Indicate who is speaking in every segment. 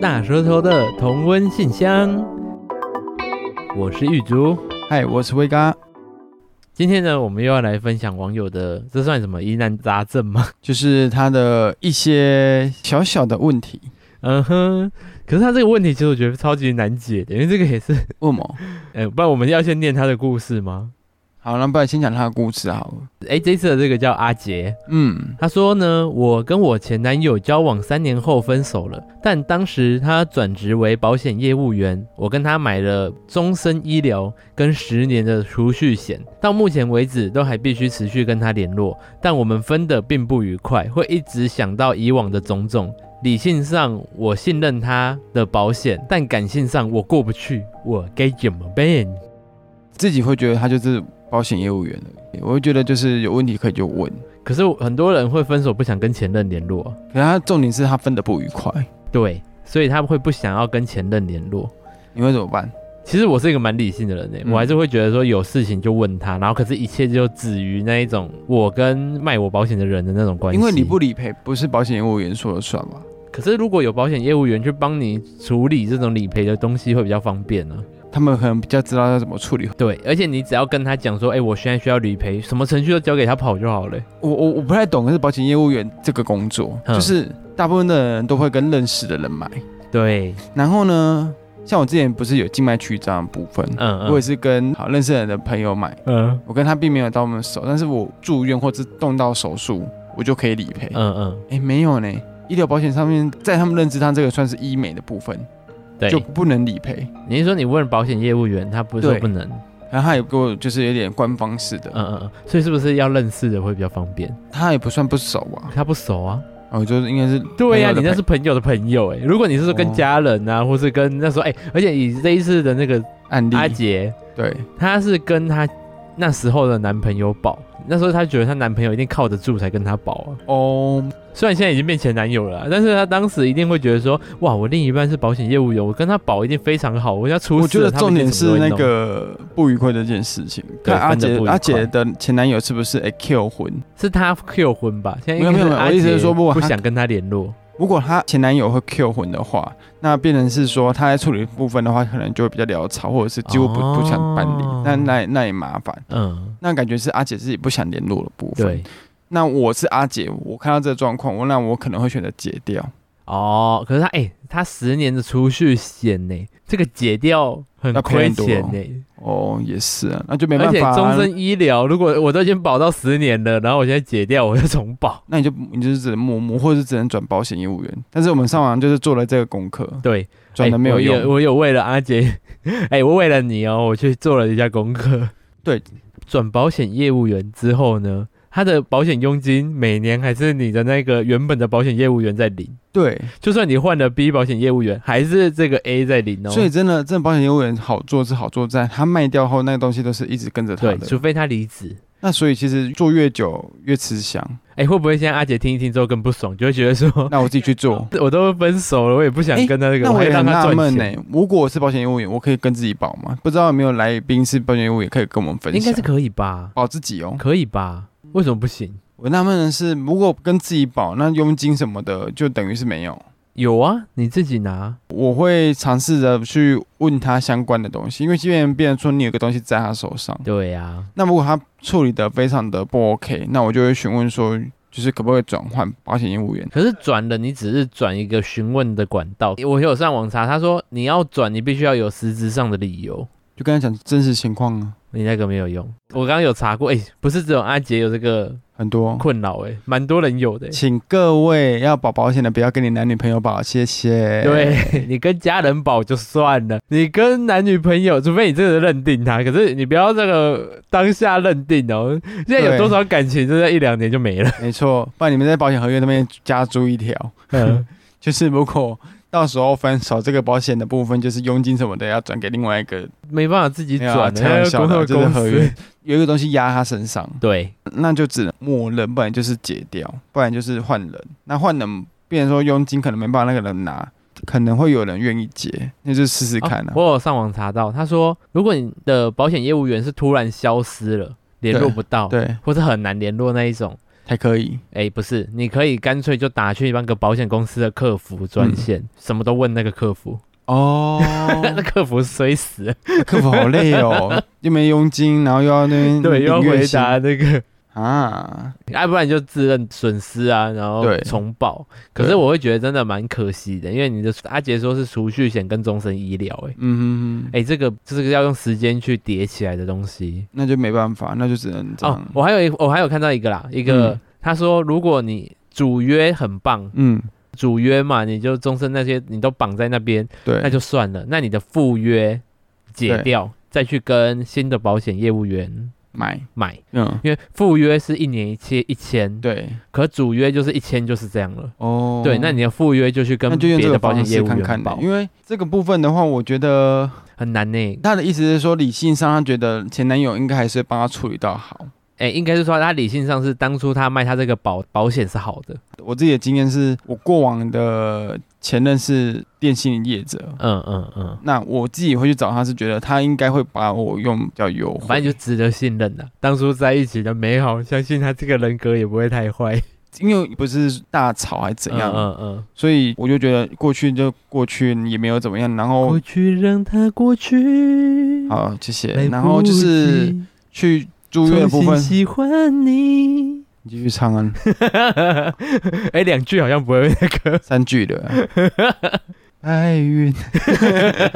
Speaker 1: 大舌头的同温信箱，我是玉竹。
Speaker 2: 嗨，我是威哥，
Speaker 1: 今天呢，我们又要来分享网友的，这算什么疑难杂症吗？
Speaker 2: 就是他的一些小小的问题。
Speaker 1: 嗯哼，可是他这个问题其实我觉得超级难解的，因为这个也是，
Speaker 2: 问某，
Speaker 1: 哎、不然我们要先念他的故事吗？
Speaker 2: 好，那不然先讲他的故事好了。
Speaker 1: 哎、这次的这个叫阿杰，
Speaker 2: 嗯，
Speaker 1: 他说呢，我跟我前男友交往三年后分手了，但当时他转职为保险业务员，我跟他买了终身医疗跟十年的储蓄险，到目前为止都还必须持续跟他联络，但我们分的并不愉快，会一直想到以往的种种。理性上我信任他的保险，但感性上我过不去，我该怎么办？
Speaker 2: 自己会觉得他就是保险业务员而已我会觉得就是有问题可以就问。
Speaker 1: 可是很多人会分手不想跟前任联络啊、
Speaker 2: 可是他重点是他分的不愉快，
Speaker 1: 对，所以他会不想要跟前任联络。
Speaker 2: 你会怎么办？
Speaker 1: 其实我是一个蛮理性的人呢、欸
Speaker 2: 嗯
Speaker 1: 我还是会觉得说有事情就问他，然后可是一切就止于那一种我跟卖我保险的人的那种关系。
Speaker 2: 因为你不，理赔不是保险业务员说了算嘛。
Speaker 1: 可是如果有保险业务员去帮你处理这种理赔的东西，会比较方便呢、
Speaker 2: 他们可能比较知道要怎么处理。
Speaker 1: 对，而且你只要跟他讲说，哎、我现在需要理赔，什么程序都交给他跑就好了、
Speaker 2: 我我我不太懂，可是保险业务员这个工作，
Speaker 1: 嗯
Speaker 2: 就是大部分的人都会跟认识的人买。
Speaker 1: 对，
Speaker 2: 然后呢，像我之前不是有静脉曲张的部分，
Speaker 1: 嗯嗯，
Speaker 2: 我也是跟好认识的人的朋友买。
Speaker 1: 嗯
Speaker 2: 我跟他并没有到那么熟，但是我住院或者动到手术，我就可以理赔。哎、
Speaker 1: 嗯嗯，
Speaker 2: 没有呢，医疗保险上面在他们认知上，这个算是医美的部分，
Speaker 1: 对
Speaker 2: 就，不能理赔。
Speaker 1: 你是说你问保险业务员，他不是说
Speaker 2: 对
Speaker 1: 不能，
Speaker 2: 然后他也给我就是有点官方式的，
Speaker 1: 嗯嗯嗯，所以是不是要认识的会比较方便？
Speaker 2: 他也不算不熟啊，
Speaker 1: 他不熟啊。
Speaker 2: 然后就是应该是
Speaker 1: 对呀、
Speaker 2: 朋友
Speaker 1: 你
Speaker 2: 的
Speaker 1: 那
Speaker 2: 朋
Speaker 1: 是朋友的朋友哎、如果你是说跟
Speaker 2: 哦
Speaker 1: 家人啊，或是跟那时候哎、而且以这一次的那个
Speaker 2: 案例，
Speaker 1: 阿杰，
Speaker 2: 对，
Speaker 1: 她是跟她那时候的男朋友保，那时候她觉得她男朋友一定靠得住才跟她保啊。
Speaker 2: 哦，
Speaker 1: 虽然现在已经变前男友了啊、但是她当时一定会觉得说，哇，我另一半是保险业务员，我跟他保一定非常好，我要出
Speaker 2: 我
Speaker 1: 事
Speaker 2: 觉
Speaker 1: 了，
Speaker 2: 得
Speaker 1: 他们
Speaker 2: 重
Speaker 1: 一定
Speaker 2: 点
Speaker 1: 什么
Speaker 2: 是
Speaker 1: 都会
Speaker 2: 那
Speaker 1: 弄
Speaker 2: 个不愉快的一件事情。
Speaker 1: 对
Speaker 2: 看阿
Speaker 1: 分得
Speaker 2: 姐
Speaker 1: 不愉快
Speaker 2: 阿姐的前男友是不是哎 Q 婚？
Speaker 1: 是他 Q 婚吧？现在
Speaker 2: 没有
Speaker 1: 应该
Speaker 2: 没有
Speaker 1: 是阿
Speaker 2: 我意思是
Speaker 1: 杰
Speaker 2: 说不
Speaker 1: 不
Speaker 2: 他
Speaker 1: 想跟他联络。
Speaker 2: 如果她前男友会 Q 魂的话，那变成是说她在处理部分的话，可能就会比较潦草，或者是几乎不、
Speaker 1: 哦
Speaker 2: 不想办理，那那也那也麻烦。
Speaker 1: 嗯，
Speaker 2: 那感觉是阿姐自己不想联络的部分。
Speaker 1: 对。
Speaker 2: 那我是阿姐，我看到这个状况，我那我可能会选择解掉。
Speaker 1: 哦，可是他哎、他十年的储蓄险呢，这个解掉很
Speaker 2: 要赔
Speaker 1: 亏
Speaker 2: 很多
Speaker 1: 钱呢，
Speaker 2: 哦，也是啊，那就没
Speaker 1: 而
Speaker 2: 办
Speaker 1: 且
Speaker 2: 法、
Speaker 1: 终
Speaker 2: 啊。
Speaker 1: 身医疗，如果我都已经保到十年了，然后我现在解掉，我要重保。
Speaker 2: 那你就你就是只能默默，或者是只能转保险业务员。但是我们上网就是做了这个功课，
Speaker 1: 对，
Speaker 2: 转的
Speaker 1: 哎
Speaker 2: 没有用。
Speaker 1: 我有我有为了阿杰， 哎、我为了你哦，我去做了一下功课。
Speaker 2: 对，
Speaker 1: 转保险业务员之后呢，他的保险佣金每年还是你的那个原本的保险业务员在领，
Speaker 2: 对，
Speaker 1: 就算你换了 B 保险业务员，还是这个 A 在领哦。
Speaker 2: 所以真的，真的保险业务员好做是好做在，他卖掉后那个东西都是一直跟着他
Speaker 1: 对，
Speaker 2: 的。
Speaker 1: 除非他离职。
Speaker 2: 那所以其实做越久越吃香。
Speaker 1: 哎、会不会现在阿杰听一听之后更不爽，就会觉得说，
Speaker 2: 那我自己去做。
Speaker 1: 我都分手了，我也不想
Speaker 2: 哎
Speaker 1: 跟他那个，
Speaker 2: 那
Speaker 1: 我
Speaker 2: 我
Speaker 1: 还
Speaker 2: 也
Speaker 1: 让
Speaker 2: 很
Speaker 1: 他
Speaker 2: 纳
Speaker 1: 赚
Speaker 2: 闷
Speaker 1: 钱。
Speaker 2: 呢，如果我是保险业务员，我可以跟自己保吗？不知道有没有来宾是保险业务员，可以跟我们分
Speaker 1: 应
Speaker 2: 享。
Speaker 1: 该是可以吧？
Speaker 2: 保自己哦。
Speaker 1: 可以吧？为什么不行？
Speaker 2: 我纳闷的是，如果跟自己保，那佣金什么的就等于是没有。
Speaker 1: 有啊，你自己拿。
Speaker 2: 我会尝试着去问他相关的东西，因为即便别人说你有个东西在他手上，
Speaker 1: 对呀、
Speaker 2: 那如果他处理的非常的不 OK，那我就会询问说，就是可不可以转换保险业务员？
Speaker 1: 可是转了，你只是转一个询问的管道。我有上网查，他说你要转，你必须要有实质上的理由。
Speaker 2: 就跟他讲真实情况啊，
Speaker 1: 你那个没有用。我刚刚有查过，哎、不是只有阿杰有这个
Speaker 2: 很多。
Speaker 1: 困扰，哎，蛮多人有的、哎
Speaker 2: 请各位要保保险的，不要跟你男女朋友保，谢谢。，
Speaker 1: 对你跟家人保就算了， 你跟男女朋友，除非你真的认定他，可是你不要这个当下认定哦。现在有
Speaker 2: 对
Speaker 1: 多少感情，就在一两年就没了。
Speaker 2: 没错。不然你们在保险合约那边加注一条，
Speaker 1: 嗯
Speaker 2: 就是如果到时候分手，这个保险的部分就是佣金什么的要转给另外一个，
Speaker 1: 没办法自己
Speaker 2: 没有啊
Speaker 1: 转，
Speaker 2: 开玩笑
Speaker 1: 工作
Speaker 2: 的，就是
Speaker 1: 公
Speaker 2: 合
Speaker 1: 司
Speaker 2: 约。有一个东西压他身上，
Speaker 1: 对，
Speaker 2: 那就只能默认，不然就是解掉，不然就是换人。那换人，变成说佣金可能没办法那个人拿，可能会有人愿意结，那就试试看啊。
Speaker 1: 哦我有上网查到，他说如果你的保险业务员是突然消失了，联络不到，
Speaker 2: 对，
Speaker 1: 或是很难联络那一种，
Speaker 2: 才可以。
Speaker 1: 哎，不是，你可以干脆就打去那个保险公司的客服专线，什么都问那个客服，
Speaker 2: 嗯哦，
Speaker 1: 那客服衰死了，
Speaker 2: 客服好累 哦，又没佣金，然后又要那边
Speaker 1: 对，又要
Speaker 2: 领月
Speaker 1: 回
Speaker 2: 薪
Speaker 1: 答那 个，
Speaker 2: 啊，
Speaker 1: 要不然你就自认损失啊，然后
Speaker 2: 对
Speaker 1: 重报。可是
Speaker 2: 对
Speaker 1: 我会觉得真的蛮可惜的，因为你的阿杰说是储蓄险跟终身医疗、哎
Speaker 2: 嗯哼哼，
Speaker 1: 哎、这个这个要用时间去叠起来的东西。
Speaker 2: 那就没办法，那就只能这
Speaker 1: 哦
Speaker 2: 样，。
Speaker 1: 我还有一我还有看到一个啦，一个、
Speaker 2: 嗯
Speaker 1: 他说如果你主约很棒，
Speaker 2: 嗯，
Speaker 1: 主约嘛，你就终身那些你都绑在那边，那
Speaker 2: 对，
Speaker 1: 就算了。那你的副约解
Speaker 2: 对
Speaker 1: 掉，再去跟新的保险业务员
Speaker 2: 买，
Speaker 1: 买，
Speaker 2: 嗯，
Speaker 1: 因为副约是一年一千一千，
Speaker 2: 对，
Speaker 1: 可主约就是一千就是这样了。
Speaker 2: 哦，
Speaker 1: 对，那你的副约就去跟
Speaker 2: 那就用
Speaker 1: 别的
Speaker 2: 这个
Speaker 1: 保
Speaker 2: 方
Speaker 1: 险业
Speaker 2: 式
Speaker 1: 务
Speaker 2: 看
Speaker 1: 员
Speaker 2: 看
Speaker 1: 保
Speaker 2: 吧，，因为这个部分的话，我觉得
Speaker 1: 很难呢、
Speaker 2: 他的意思是说，理性上他觉得前男友应该还是帮他处理到好。
Speaker 1: 哎、应该是说他理性上是当初他卖他这个保保险是好的，
Speaker 2: 我自己的经验是，我过往的前任是电信业者，
Speaker 1: 嗯嗯嗯，
Speaker 2: 那我自己会去找他，是觉得他应该会把我用比较优惠，
Speaker 1: 反正就值得信任的。当初在一起的美好，相信他这个人格也不会太坏。
Speaker 2: 因为不是大吵还怎样，
Speaker 1: 嗯嗯
Speaker 2: 所以我就觉得过去就过去，也没有怎么样。然
Speaker 1: 嗯，
Speaker 2: 后
Speaker 1: 过去让它过去。
Speaker 2: 哦好，谢谢
Speaker 1: 来。不
Speaker 2: 然后就是
Speaker 1: 及
Speaker 2: 去租约的部
Speaker 1: 重
Speaker 2: 分
Speaker 1: 新，喜欢你。
Speaker 2: 你继续唱啊，
Speaker 1: 哎，两句好像不会那个
Speaker 2: 三句的。爱运，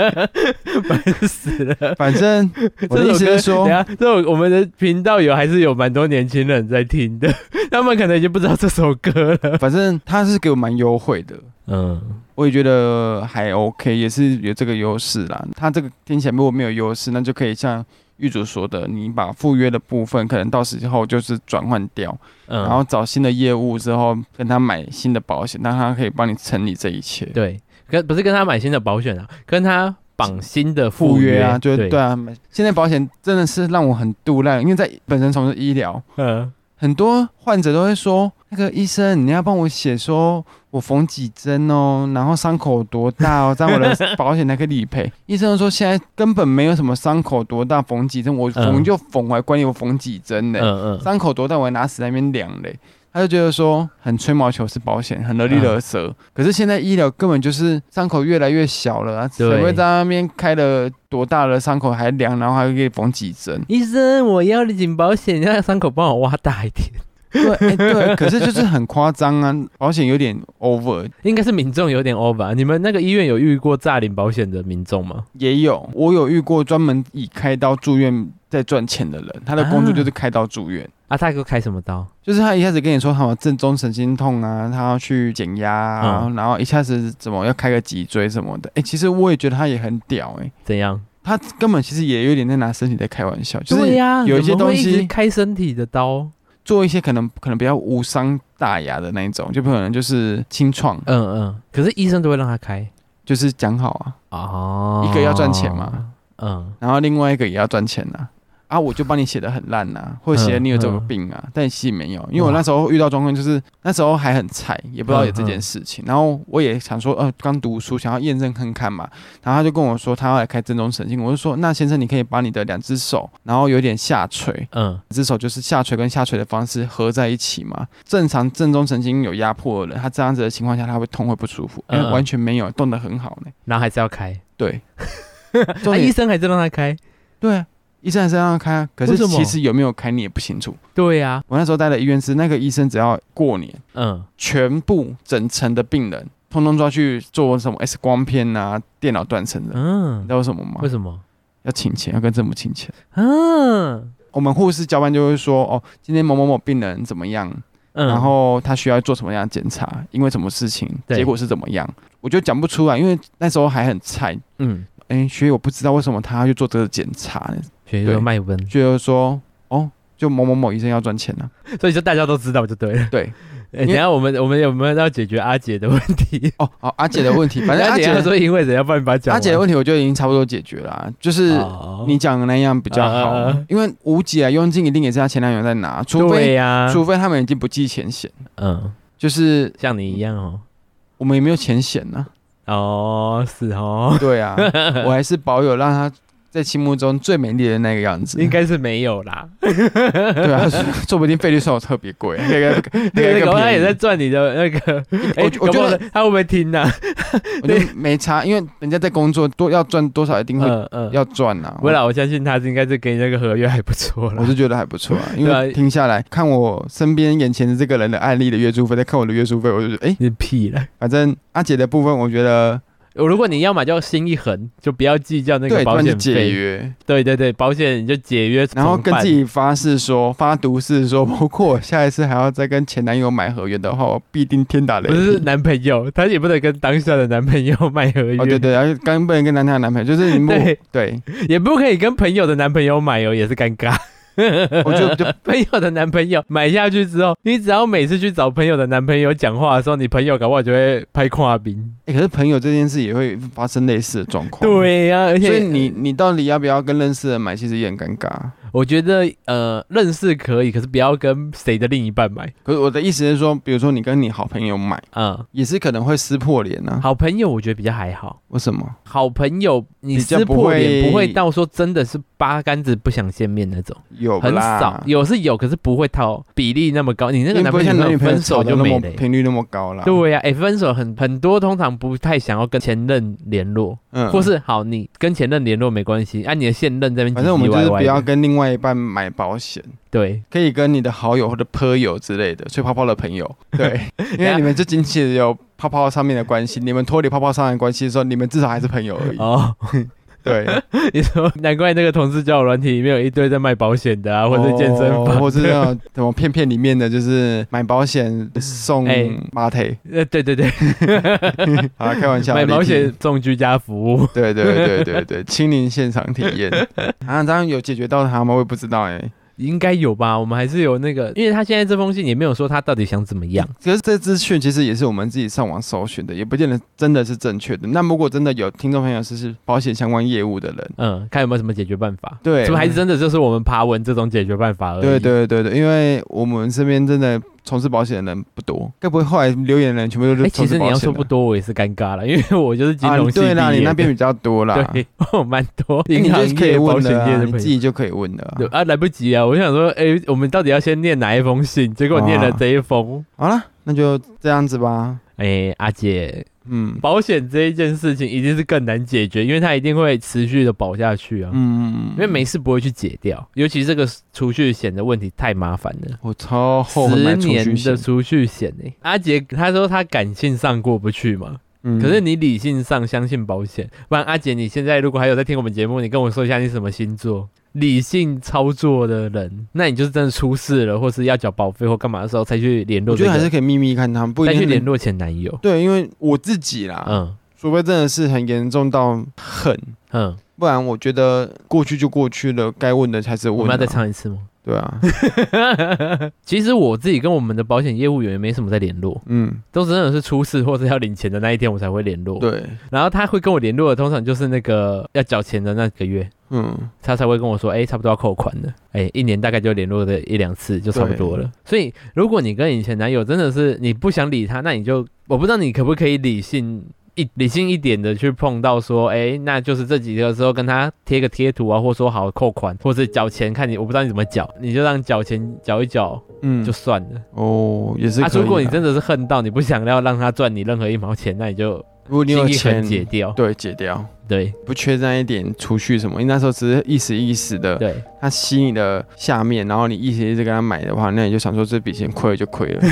Speaker 1: 烦死了。
Speaker 2: 反正我的意思
Speaker 1: 这
Speaker 2: 是
Speaker 1: 首歌等，
Speaker 2: 说
Speaker 1: 下这首我们的频道有还是有蛮多年轻人在听的， 他们可能已经不知道这首歌了。
Speaker 2: 反正他是给我蛮优惠的，
Speaker 1: 嗯，
Speaker 2: 我也觉得还 OK，也是有这个优势啦。他这个听起来如果没有优势，那就可以像玉主说的，你把赴约的部分可能到时候就是转换掉，
Speaker 1: 嗯
Speaker 2: 然后找新的业务之后跟他买新的保险，那他可以帮你整理这一切。
Speaker 1: 对，跟不是跟他买新的保险啊，跟他绑新的
Speaker 2: 赴
Speaker 1: 赴
Speaker 2: 约啊，就是
Speaker 1: 对
Speaker 2: 对啊，买现在保险真的是让我很杜烂，因为在本身从事医疗，
Speaker 1: 嗯，
Speaker 2: 很多患者都会说，那个医生你要帮我写说我缝几针哦，然后伤口多大哦，这样我的保险才可以理 赔。医生说现在根本没有什么伤口多大，缝几针，我缝
Speaker 1: 嗯
Speaker 2: 就缝，我还管你我缝几针呢、
Speaker 1: 嗯嗯，
Speaker 2: 伤口多大，我还拿尺在那边量嘞。他就觉得说很吹毛求疵保险，很勒力勒舌。可是现在医疗根本就是伤口越来越小了、啊，谁
Speaker 1: 对
Speaker 2: 会在那边开了多大的伤口还量，然后还给你缝几针？
Speaker 1: 医生，我要领保险，让伤口帮我挖大一点。
Speaker 2: 对、哎 对，可是就是很夸张啊，保险有点 over。
Speaker 1: 应该是民众有点 over。你们那个医院有遇过诈领保险的民众吗？
Speaker 2: 也有，我有遇过专门以开刀住院在赚钱的人，他的工作就是开刀住院，
Speaker 1: 啊，他给我开什么刀？
Speaker 2: 就是他一下子跟你说什么正中神经痛啊，他要去减压、啊，
Speaker 1: 嗯
Speaker 2: 然后一下子怎么要开个脊椎什么的。哎、其实我也觉得他也很屌哎、
Speaker 1: 怎样？
Speaker 2: 他根本其实也有点在拿身体在开玩笑，就
Speaker 1: 对
Speaker 2: 是
Speaker 1: 呀、
Speaker 2: 有一些
Speaker 1: 怎么会
Speaker 2: 东西
Speaker 1: 一直开身体的刀。
Speaker 2: 做一些可能可能比较无伤大雅的那一种，就可能就是清创，
Speaker 1: 嗯嗯，可是医生都会让他开
Speaker 2: 就是讲好啊，
Speaker 1: 哦
Speaker 2: 一个要赚钱嘛。
Speaker 1: 嗯，
Speaker 2: 然后另外一个也要赚钱呐、啊。我就帮你写的很烂呐、或者写的你有这个病啊，但其实没有，因为我那时候遇到状况就是那时候还很菜，也不知道有这件事情，然后我也想说，呃，刚读书想要验证看看嘛，然后他就跟我说他要来开正中神经，我就说那先生你可以把你的两只手，然后有点下垂，
Speaker 1: 嗯
Speaker 2: 两只手就是下垂跟下垂的方式合在一起嘛，正常正中神经有压迫的人，他这样子的情况下他会痛会不舒服，因
Speaker 1: 嗯嗯
Speaker 2: 为完全没有动得很好呢，
Speaker 1: 然后还是要开。
Speaker 2: 对，重
Speaker 1: 啊，
Speaker 2: 点
Speaker 1: 医生还是让他开。
Speaker 2: 对啊，医生还是让他开啊，可
Speaker 1: 为
Speaker 2: 是
Speaker 1: 什么
Speaker 2: 其实有没有开你也不清楚。
Speaker 1: 对啊呀、
Speaker 2: 我那时候待的医院是那个医生，只要过年，
Speaker 1: 嗯，
Speaker 2: 全部整层的病人通通抓去做什么 X 光片啊、电脑断层的，你
Speaker 1: 嗯
Speaker 2: 知，道为什么吗
Speaker 1: 为？什么？
Speaker 2: 要请钱，要跟政府请钱。
Speaker 1: 嗯
Speaker 2: 我们护士交班就会说，哦，今天某某某病人怎么样，
Speaker 1: 嗯，
Speaker 2: 然后他需要做什么样的检查，因为什么事情，
Speaker 1: 对
Speaker 2: 结果是怎么样，我就讲不出来，因为那时候还很菜。
Speaker 1: 嗯，
Speaker 2: 哎，学姐，我不知道为什么他要去做这个检查呢，
Speaker 1: 学说
Speaker 2: 对
Speaker 1: 卖 温，
Speaker 2: 学姐就说，哦，就某某某医生要赚钱啊呢、
Speaker 1: 所以就大家都知道就 对了。
Speaker 2: 对，
Speaker 1: 哎、等一下我们我们有没有要解决阿姐的问题？
Speaker 2: 哦，好，阿姐的问题，反正阿
Speaker 1: 阿
Speaker 2: 姐
Speaker 1: 姐说因为怎样，不然你把它讲完。
Speaker 2: 阿姐的问题，我觉得已经差不多解决了啊、就是
Speaker 1: 哦
Speaker 2: 你讲的那样比较好，
Speaker 1: 啊啊啊
Speaker 2: 因为无解啊，佣金一定也是她前男友在拿，除
Speaker 1: 对啊呀、
Speaker 2: 非、除非他们已经不计钱险，
Speaker 1: 嗯，
Speaker 2: 就是
Speaker 1: 像你一样哦。
Speaker 2: 我们也啊没有钱险呢、
Speaker 1: 哦，是哦，
Speaker 2: 对啊，我还是保有让他在心目中最美丽的那个样子。
Speaker 1: 应该是没有啦。
Speaker 2: 对啊， 说不定费率算我特别贵， 那个
Speaker 1: 那个
Speaker 2: 更
Speaker 1: 搞不好他
Speaker 2: 便宜
Speaker 1: 也在赚你的那个，哎、
Speaker 2: 我
Speaker 1: 搞
Speaker 2: 我
Speaker 1: 不
Speaker 2: 觉
Speaker 1: 好
Speaker 2: 得
Speaker 1: 他会不会听啊呢、
Speaker 2: 我觉得没差，因为人家在工作多要赚多少一定会
Speaker 1: 嗯嗯，
Speaker 2: 要赚呐、啊。
Speaker 1: 不啦，我相信他是应该是给你那个合约还不错
Speaker 2: 我
Speaker 1: 啦。
Speaker 2: 是觉得还不错啊，因
Speaker 1: 对
Speaker 2: 为
Speaker 1: 啊
Speaker 2: 听下来看我身边眼前的这个人的案例的月租费，再看我的月租费，我就觉得哎、诶
Speaker 1: 你屁了！
Speaker 2: 反正阿姐的部分，我觉得
Speaker 1: 我如果你要买，就心一横，就不要计较那个
Speaker 2: 对，
Speaker 1: 保
Speaker 2: 算是
Speaker 1: 险
Speaker 2: 解
Speaker 1: 费。
Speaker 2: 约，
Speaker 1: 对对对，保险你就解约，
Speaker 2: 然后
Speaker 1: 怎么
Speaker 2: 跟
Speaker 1: 办
Speaker 2: 自己发誓说，发毒誓说， 包括我下一次还要再跟前男友买合约的话，我必定天打雷
Speaker 1: 不
Speaker 2: 劈。
Speaker 1: 是男朋友，他也不能跟当下的男朋友买合约，
Speaker 2: 哦，对对，然后刚不能跟男朋友男朋友，就是你不
Speaker 1: 对
Speaker 2: 对，
Speaker 1: 也不可以跟朋友的男朋友买哦，也是尴尬。
Speaker 2: 我就 就
Speaker 1: 朋友的男朋友买下去之后，你只要每次去找朋友的男朋友讲话的时候，你朋友搞不好就会拍跨冰。
Speaker 2: 欸可是朋友这件事也会发生类似的状况。，
Speaker 1: 对呀、而且
Speaker 2: 哦所以你你到底要不要跟认识的人买，其实也很尴尬。
Speaker 1: 我觉得呃认识可以，可是不要跟谁的另一半买
Speaker 2: 可是我的意思是说，比如说你跟你好朋友买，
Speaker 1: 啊、
Speaker 2: 也是可能会撕破脸啊。
Speaker 1: 好朋友我觉得比较还好，
Speaker 2: 为什么？
Speaker 1: 好朋友你
Speaker 2: 比较
Speaker 1: 撕破脸
Speaker 2: 不会
Speaker 1: 不会到说真的是八竿子不想见面那种，
Speaker 2: 有
Speaker 1: 很
Speaker 2: 啦
Speaker 1: 少，有是有，可是不会到比例那么高。你那个
Speaker 2: 因为
Speaker 1: 男
Speaker 2: 不
Speaker 1: 朋
Speaker 2: 会像男
Speaker 1: 友
Speaker 2: 女朋友
Speaker 1: 分手
Speaker 2: 吵得
Speaker 1: 就
Speaker 2: 那
Speaker 1: 没
Speaker 2: 么
Speaker 1: 了欸。
Speaker 2: 频率那么高啦。
Speaker 1: 对呀、哎、分手很很多，通常不太想要跟前任联络，
Speaker 2: 嗯
Speaker 1: 或是好，你跟前任联络没关系，啊，你的现任这边唧唧
Speaker 2: 反正我们就是
Speaker 1: 歪歪的
Speaker 2: 不要跟另外一半买保险，
Speaker 1: 对，
Speaker 2: 可以跟你的好友或者朋友之类的吹泡泡的 朋友，对，因为你们就仅仅有泡泡上面的关系，你们脱离泡泡上面的关系的时候，你们至少还是朋友而已。
Speaker 1: 哦，
Speaker 2: 对，
Speaker 1: 你说难怪那个同事交友软体里面有一堆在卖保险的啊，或者健身
Speaker 2: 哦
Speaker 1: 房，
Speaker 2: 或是那种什么片片里面的，就是买保险送
Speaker 1: 哎
Speaker 2: 马腿，
Speaker 1: 呃， 对对对，
Speaker 2: 好，开玩笑，
Speaker 1: 买保
Speaker 2: 离
Speaker 1: 险
Speaker 2: 题，
Speaker 1: 送居家服务，
Speaker 2: 对对对对对，亲临现场体 验啊，当然有解决到他吗？我也不知道哎、
Speaker 1: 应该有吧？我们还是有那个，因为他现在这封信也没有说他到底想怎么样，
Speaker 2: 可是这资讯其实也是我们自己上网搜寻的，也不见得真的是正确的。那如果真的有听众朋友是是保险相关业务的人，
Speaker 1: 嗯，看有没有什么解决办法。
Speaker 2: 对，
Speaker 1: 怎么还真的就是我们爬文这种解决办法而已？
Speaker 2: 对对对对，因为我们身边真的从事保险的人不多，该不会后来留言的人全部都
Speaker 1: 哎、
Speaker 2: 是
Speaker 1: 其
Speaker 2: 从
Speaker 1: 实
Speaker 2: 事
Speaker 1: 你
Speaker 2: 保
Speaker 1: 要
Speaker 2: 险
Speaker 1: 说
Speaker 2: 的
Speaker 1: 不多，我也是尴尬了，因为我就是金融
Speaker 2: 啊
Speaker 1: 系毕业
Speaker 2: 对
Speaker 1: 的、
Speaker 2: 啦，你那边比较多啦，
Speaker 1: 对，我蛮多
Speaker 2: 哎
Speaker 1: 银行
Speaker 2: 你就可以
Speaker 1: 业、保
Speaker 2: 问
Speaker 1: 险
Speaker 2: 的
Speaker 1: 业
Speaker 2: 啊，
Speaker 1: 的
Speaker 2: 你
Speaker 1: 朋
Speaker 2: 自
Speaker 1: 友。
Speaker 2: 己就可以问的啊。
Speaker 1: 对啊，来不及啊！我想说，哎、我们到底要先念哪一封信？结果念了这一封。
Speaker 2: 好了，那就这样子吧。
Speaker 1: 哎、阿姐，
Speaker 2: 嗯
Speaker 1: 保险这一件事情一定是更难解决，因为它一定会持续的保下去啊。
Speaker 2: 嗯，
Speaker 1: 因为每次不会去解掉，尤其这个储蓄险的问题太麻烦了。
Speaker 2: 我超后悔买
Speaker 1: 十
Speaker 2: 储
Speaker 1: 年
Speaker 2: 蓄
Speaker 1: 的
Speaker 2: 险，
Speaker 1: 储蓄险呢、阿杰他说他感性上过不去嘛，
Speaker 2: 嗯
Speaker 1: 可是你理性上相信保险，不然阿杰你现在如果还有在听我们节目，你跟我说一下你什么星座？理性操作的人，那你就是真的出事了，或是要缴保费或干嘛的时候才去联
Speaker 2: 我
Speaker 1: 络、
Speaker 2: 觉
Speaker 1: 这
Speaker 2: 得
Speaker 1: 个
Speaker 2: 还是可以秘密看他们，不一
Speaker 1: 再
Speaker 2: 定啊
Speaker 1: 去
Speaker 2: 是
Speaker 1: 联。络前男友。
Speaker 2: 对，因为我自己啦，
Speaker 1: 嗯
Speaker 2: 除非真的是很严重到恨，
Speaker 1: 嗯，
Speaker 2: 不然我觉得过去就过去了，该问的还是
Speaker 1: 我
Speaker 2: 问
Speaker 1: 们
Speaker 2: 啊。
Speaker 1: 要再唱一次吗？
Speaker 2: 对啊，
Speaker 1: 其实我自己跟我们的保险业务员也没什么在联络，
Speaker 2: 嗯，
Speaker 1: 都真的是出事或是要领钱的那一天我才会联络。
Speaker 2: 对，
Speaker 1: 然后他会跟我联络的，通常就是那个要缴钱的那个月，
Speaker 2: 嗯，
Speaker 1: 他才会跟我说，哎、差不多要扣款了，哎、一年大概就联络的一两次就差不多了。所以如果你跟你前男友真的是你不想理他，那你就我不知道你可不可以理性。一理性一点的去碰到说，哎、那就是这几个时候跟他贴个贴图啊，或说好扣款，或者缴钱，看你我不知道你怎么缴，你就让缴钱缴一缴
Speaker 2: 嗯，
Speaker 1: 就算了。
Speaker 2: 哦，也是
Speaker 1: 啊，
Speaker 2: 可以
Speaker 1: 如果你
Speaker 2: 啦
Speaker 1: 真的是恨到你不想要让他赚你任何一毛钱，那你就
Speaker 2: 如果你有
Speaker 1: 心一横
Speaker 2: 钱，
Speaker 1: 解掉。
Speaker 2: 对，解掉，
Speaker 1: 对
Speaker 2: 不缺那一点储蓄什么，因为那时候只是一时一时的，
Speaker 1: 对，
Speaker 2: 他吸你的下面，然后你一直一直跟他买的话，那你就想说这笔钱亏了就亏 了，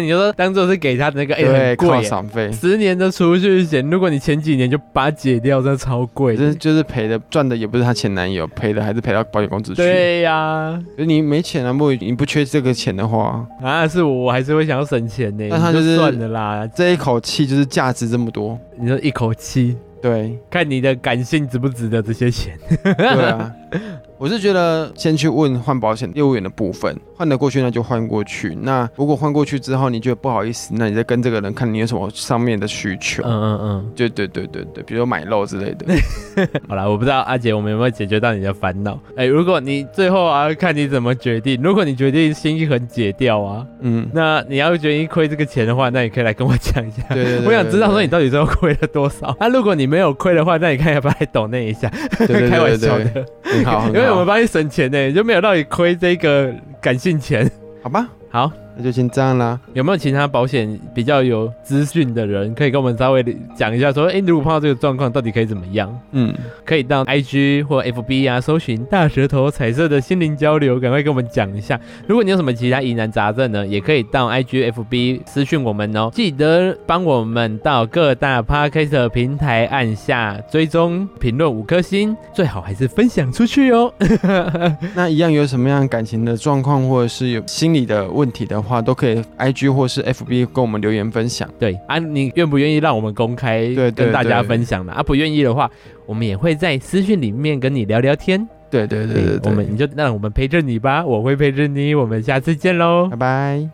Speaker 1: 你就说当做是给他的那个，哎、
Speaker 2: 对，
Speaker 1: 很贵
Speaker 2: 靠
Speaker 1: 耶，
Speaker 2: 赏费，
Speaker 1: 十年的储蓄险，如果你前几年就把它解掉，真的超贵
Speaker 2: 可
Speaker 1: 的。
Speaker 2: 是就是赔的赚的也不是他前男友，赔的还是赔到保险公司去。，
Speaker 1: 对呀、
Speaker 2: 可是你没钱啊，不，你不缺这个钱的话，
Speaker 1: 啊，是我，我还是会想要省钱呢。
Speaker 2: 但他
Speaker 1: 你就
Speaker 2: 就是
Speaker 1: 算了啦，
Speaker 2: 这一口气就是价值这么多。
Speaker 1: 你就一口气，
Speaker 2: 对，
Speaker 1: 看你的感性值不值得这些钱。
Speaker 2: 对啊，我是觉得先去问换保险业务员的部分，换得过去那就换过去。那如果换过去之后你觉得不好意思，那你再跟这个人看你有什么上面的需求。
Speaker 1: 嗯嗯
Speaker 2: 对对对对对，比如说买肉之类的，
Speaker 1: 好啦，我不知道阿杰，我们有没有解决到你的烦恼？哎、如果你最后啊，看你怎么决定。如果你决定心一横解掉啊，
Speaker 2: 嗯，
Speaker 1: 那你要决定亏这个钱的话，那你可以来跟我讲一下。
Speaker 2: 对对对
Speaker 1: 我想知道说你
Speaker 2: 对
Speaker 1: 到底最后亏了多少。 那、如果你没有亏的话，那你看要不要来抖那一下？
Speaker 2: 对对对
Speaker 1: 开玩
Speaker 2: 对
Speaker 1: 笑
Speaker 2: 对，
Speaker 1: 的，
Speaker 2: 对 很好，很
Speaker 1: 因为我
Speaker 2: 好
Speaker 1: 们帮你省钱呢，就没有让你亏这个感性钱。
Speaker 2: 好吧，
Speaker 1: 好，
Speaker 2: 那就先这样啦。
Speaker 1: 有没有其他保险比较有资讯的人可以跟我们稍微讲一下说，哎，如果碰到这个状况，到底可以怎么样？
Speaker 2: 嗯，
Speaker 1: 可以到 IG 或 FB 啊，搜寻“大舌头彩色的心灵交流”，赶快跟我们讲一下。如果你有什么其他疑难杂症呢，也可以到 IG、FB 私讯我们哦。记得帮我们到各大 Podcast 平台按下追踪、评论五颗星，最好还是分享出去哦。
Speaker 2: 那一样有什么样感情的状况，或者是有心理的问题的话，都可以 I G 或是 F B 跟我们留言分享。
Speaker 1: 对啊，你愿不愿意让我们公开
Speaker 2: 对对
Speaker 1: 跟大家
Speaker 2: 对
Speaker 1: 分享呢？啊，不愿意的话，我们也会在私讯里面跟你聊聊天。
Speaker 2: 对对对对
Speaker 1: 我
Speaker 2: 对，
Speaker 1: 们你就让我们陪着你吧，我会陪着你，我们下次见喽，
Speaker 2: 拜拜。